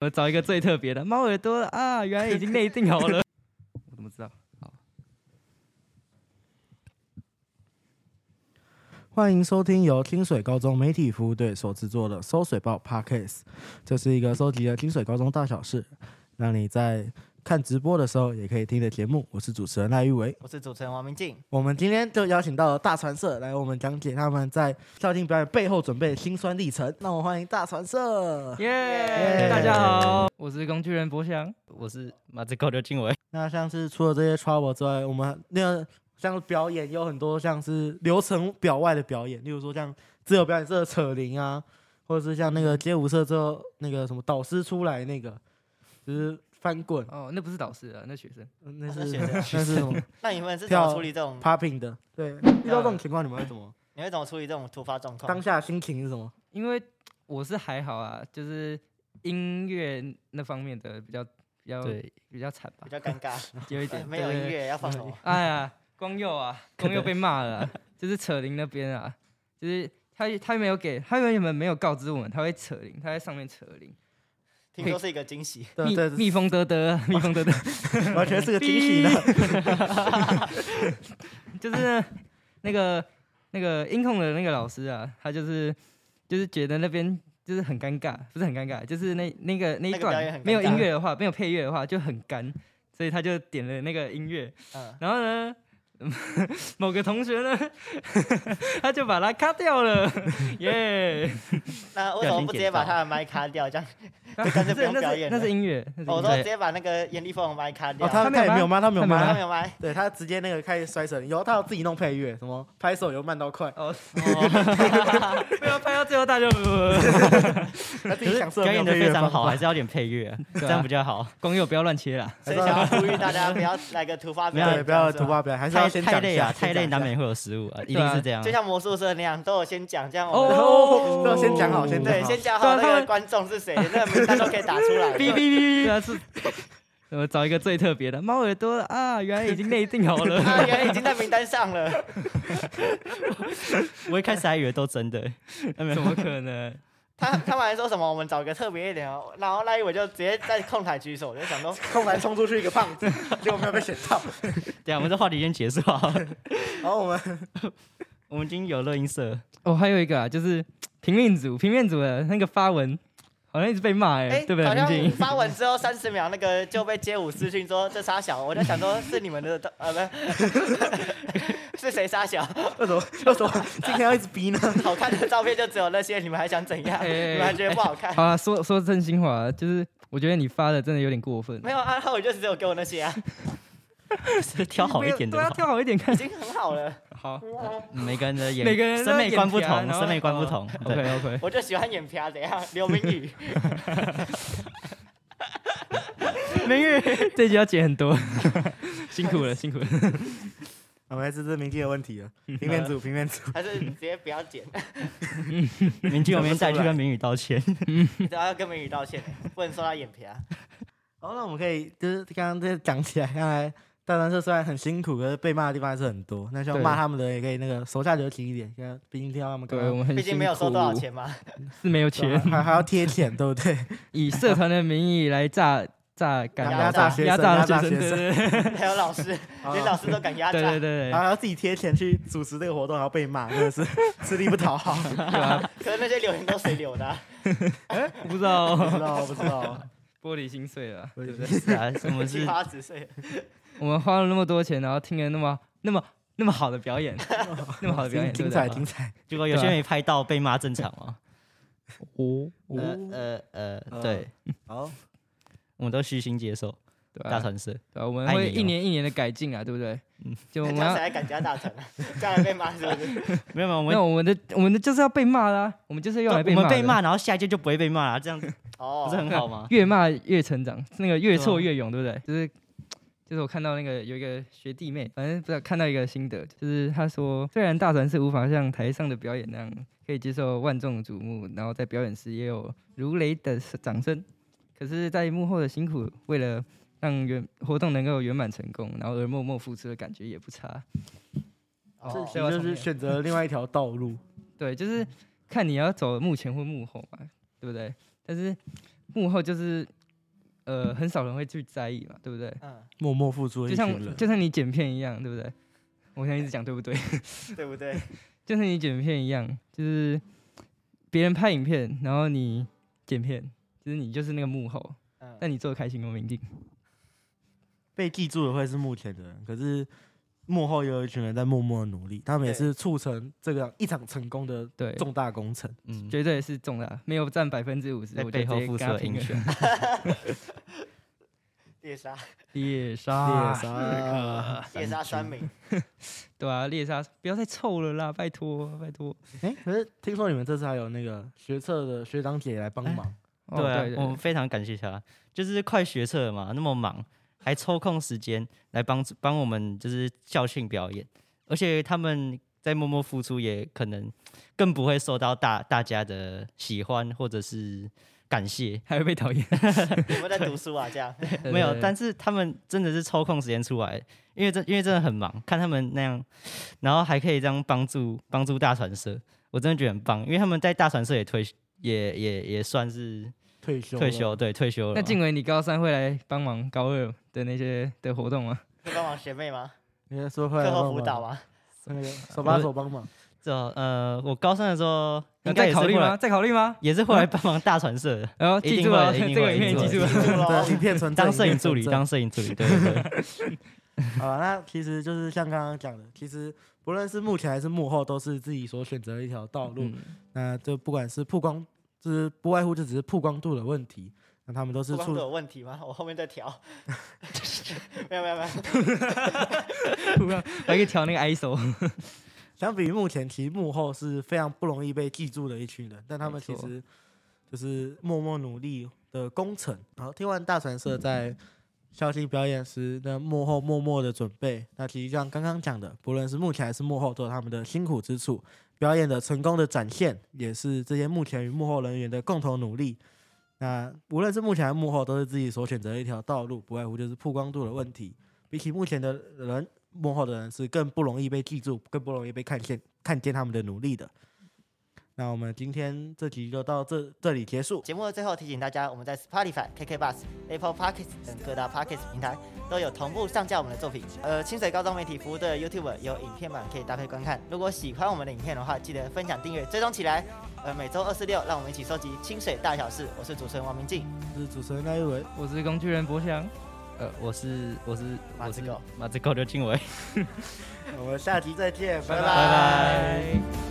我找一个最特别的猫耳朵啊，原来已经内定好 了。我怎么知道？欢迎收听由清水高中媒体服务队所制作的《搜水报》Podcast，这是一个收集了清水高中大小事，让你在看直播的时候也可以听的节目。我是主持人赖玉维，我是主持人王明静。我们今天就邀请到了大传社来，我们讲解他们在校庆表演背后准备的辛酸历程。那我们欢迎大传社。耶、耶大家好，我是工具人博翔。我是马子狗刘静伟。那像是除了这些 trouble 之外，我们那个像表演有很多像是流程表外的表演，例如说像自由表演社的扯铃啊，或者是像那个街舞社之后那个什么导师出来那个，就是翻滚，哦，那不是导师啊，那学生。那哦是 那学那生是什么那你们是怎跳么处理这种？ popping 的？对，遇到这种情况你们会怎么？你会怎么处理这种突发状况当？下心情是什么？因为我是还好啊，就是音乐那方面的比较比较对，比较惨吧比，较尴 尬，有一哎点 没有对音乐要放什么？哎呀，光佑 啊，光佑能被骂了 啊、就是扯铃那边啊，就是他他没有给，他原本没有告知我们他会扯铃，他在上面扯铃，听说是一个 惊喜，对蜜对，蜜蜂得得，啊 蜜蜂得得，完全是个惊喜的。就是呢那个那个音控的那个老师啊，他就是就是觉得那边。就是很尴尬，不是很尴尬，就是那那个那一那个表演段很尴没有音尬乐的话，没有配乐的话就很干，所以他就点了那个音乐，嗯，然后呢，某个同学呢， 他就把它卡掉了， 耶！那为什么不直接把他的麦卡掉？ 这样，那 干脆不用那表是演那了是音乐，那是哦我音说乐直接把那个严立峰的麦卡掉哦，。他他没他有也没有吗骂，他没他有没有骂吗他他没有麦，对他直接那个开始摔绳，然后他要自己弄配乐，什么拍手由慢到快，哦， 哦不要拍到最后大家他自可己是享受表演的配乐非常方好，法还是要点 配乐啊，对啊这样比较好。 光佑不要乱切啦，所以想要呼吁大家不要来个突发表对，演，不要这突样子吗。啊发表演，还是要太先太讲一累下，啊，太累难免会有失误啊，对一定啊是这样就。像魔术社那样，都有先讲，这样我们哦哦，那先讲好，先讲对，好先讲对好啊他那们个观众 是谁，那个名单都可以打出来。哔哔哔，对啊是。我找一个最特别的猫耳朵啊，原来已经内定好了。 啊，原来已经在名单上了。我一开始还以为都 真的，怎么可能？他他们还说什么？我们找个特别一点哦。然后赖一伟就直接在控台举手，我就想说，后来冲出去一个胖 子，结果没有被选 到。对啊，我们这话题先结束啊。 然后我们我们已经有乐音社，哦，还有一个啊，就是平面组，平面组的那个发文，好像一直被骂哎、哎、对不对？好林像静，发文之后三十秒，那个就被街舞私讯说 这杀小，我就想说是你们的， 呃，不是， 是谁杀小？ 为什么为什么 今天要一直逼呢？好看的照片就只有那些，你们还想怎样？哎哎哎你们还觉得不好看？好啊，说说真心话，就是我觉得你发的真的有点过分。没有啊，他我就只有给我那些啊，是挑好一点的对啊，吧。挑好一点看已。经很好了。好每个人的眼，每个人的审美观不眼皮啊同，然后哦审美观不同。对， ，OK OK，我就喜欢眼皮啊，怎样？刘明宇， 明月这一集要剪很多，辛苦了辛苦了。我们还是这明镜的问题了，平面 组平面组，还是直接不要剪？明俊，我明天再去跟明宇道 歉。然后要跟明宇道歉，不能说他眼皮啊。好，那我们可以就是刚刚这讲起来，看来大专社虽然很辛苦，可是被骂的地方还是很多。那希望对骂他们的人也可以那个手下留情一点，因为毕竟听到他们刚对，我刚们很毕辛竟苦。没有收多少，钱嘛。是没有对啊钱， 还还要贴钱，对不 对？以社团的名义来榨榨干压榨学生压榨压榨学生，学对对对还有 老师， 连老师都敢压榨。对哦对对然对后还要自己贴钱去主持这个活动，然后被骂，真的是 吃力不讨好。对啊！可是那些留言都谁留的啊、我不知道，不知道，不知道。 玻璃心碎了。对不对？是啊，我们七是八十岁，我们花了那么多钱，然后听了那么那么那么好的表 演，那么好的表演，对精精不彩对精彩。如果有些人没拍到被骂正常吗？哦呃哦，呃呃，嗯对， 好，我们都虚心接受对大吧？传社。对啊，我们爱会你哦一年一年的改进啊，对不对？嗯就我人们家要谁还敢加大成啊？ 这样还被骂是不是？没有没有，我那我们们的我们的就是要被骂啦、我们就是用来对被我骂们的。被骂，然后下一届就不会被骂了，这样不哦 是，很好吗？越骂越成长，那个越挫对啊越勇，对不对？就是就是我看到那个有一个学弟妹，反正不知道看到一个心得，就是他说，虽然大传是无法像台上的表演那样可以接受万众瞩目，然后在表演时也有如雷的掌声，可是，在幕后的辛苦，为了让圆活动能够圆满成功，然后而默默付出的感觉也不差。这哦其实就是选择另外一条道路。啊对，就是看你要走幕前或幕后嘛，对不对？但是幕后就是呃很少人会去在意嘛，对不对？嗯，默默付出的就一群像人。就像你剪片一样，对不对？我现在一直讲对不 对？对不对？就像你剪片一样，就是别人拍影片，然后你剪片，就是你就是那个幕后，嗯，但你做的开心我明定。被记住的会是幕前的人，可是幕后也有一群人在默默地努力，他们也对是促成这个一场成功的对，重大工程。嗯，绝对是中啊了，没有占百分之五十， 在我背就后直接付出跟他了拼英了雄。 猎杀，猎猎杀， 杀，猎杀酸民，对啊，猎杀，不要再臭了啦，拜托，拜托。哎，可是听说你们这次还有那个学测的学长姐来帮忙，哦对啊，对我们非常感谢他，就是快学测了嘛，那么忙，还抽空时间来帮助帮我们就是校庆表演，而且他们在默默付出，也可能更不会受到大大家的喜欢或者是感谢，还会被讨厌。啊你们在读书啊？这样，对没有，对但是他们真的是抽空时间出来，因为真因为真的很忙，看他们那样，然后还可以这样帮助帮助大传社，我真的觉得很棒，因为他们在大传社也退也也也算是退休了退休，对退休了嘛。那静伟，你高三会来帮忙高二的那些的活动吗？会帮忙学妹吗？人家说会来课后帮辅导忙，吗？那 个手把手帮忙。这呃，我高三的时候应那该再也是考虑会吗？来，再考虑吗？也是会来帮忙大传社 的，然后一记定住会了，一这定个会影片一定记住了。会啊记住了对，影片存在当摄影助理，。影片存在当摄影助理，对对对， 好了，那其实就是像刚刚讲的，其实不论是幕前还是幕后，都是自己所选择的一条道路。嗯那就不管是曝光，就是不外乎就只是曝光度的问题。那他们都是曝光促度有问题吗？我后面再调。 没有没有没有，我还可以调那个 ISO，相比于目前，其实幕后是非常不容易被记住的一群人，但他们没其错实就是默默努力的功臣。好，听完大传社嗯在校庆表演时的幕后默默的准备，那其实像刚刚讲的，不论是幕前还是幕后，都有他们的辛苦之处。表演的成功的展现，也是这些幕前与幕后人员的共同努力。那无论是幕前还是幕后，都是自己所选择的一条道路，不外乎就是曝光度的问题。比起目前的人，幕后的人是更不容易被记住，更不容易被看见看见他们的努力的。那我们今天这集就到这这里结束。节目的最后提醒大家，我们在 Spotify、KK Bus、Apple Podcasts 等各大 Podcast 平台都有同步上架我们的作品。呃，清水高中媒体服务队的 YouTube 有影片版可以搭配观看。如果喜欢我们的影片的话，记得分享、订阅、追踪起来。呃，每周二、四、六，让我们一起收集清水大小事。我是主持人王明静，我是主持人赖玉文，我是工具人博翔， 呃，我是我是马我子是狗马子狗刘静伟。我们下集再见，拜拜拜拜。拜。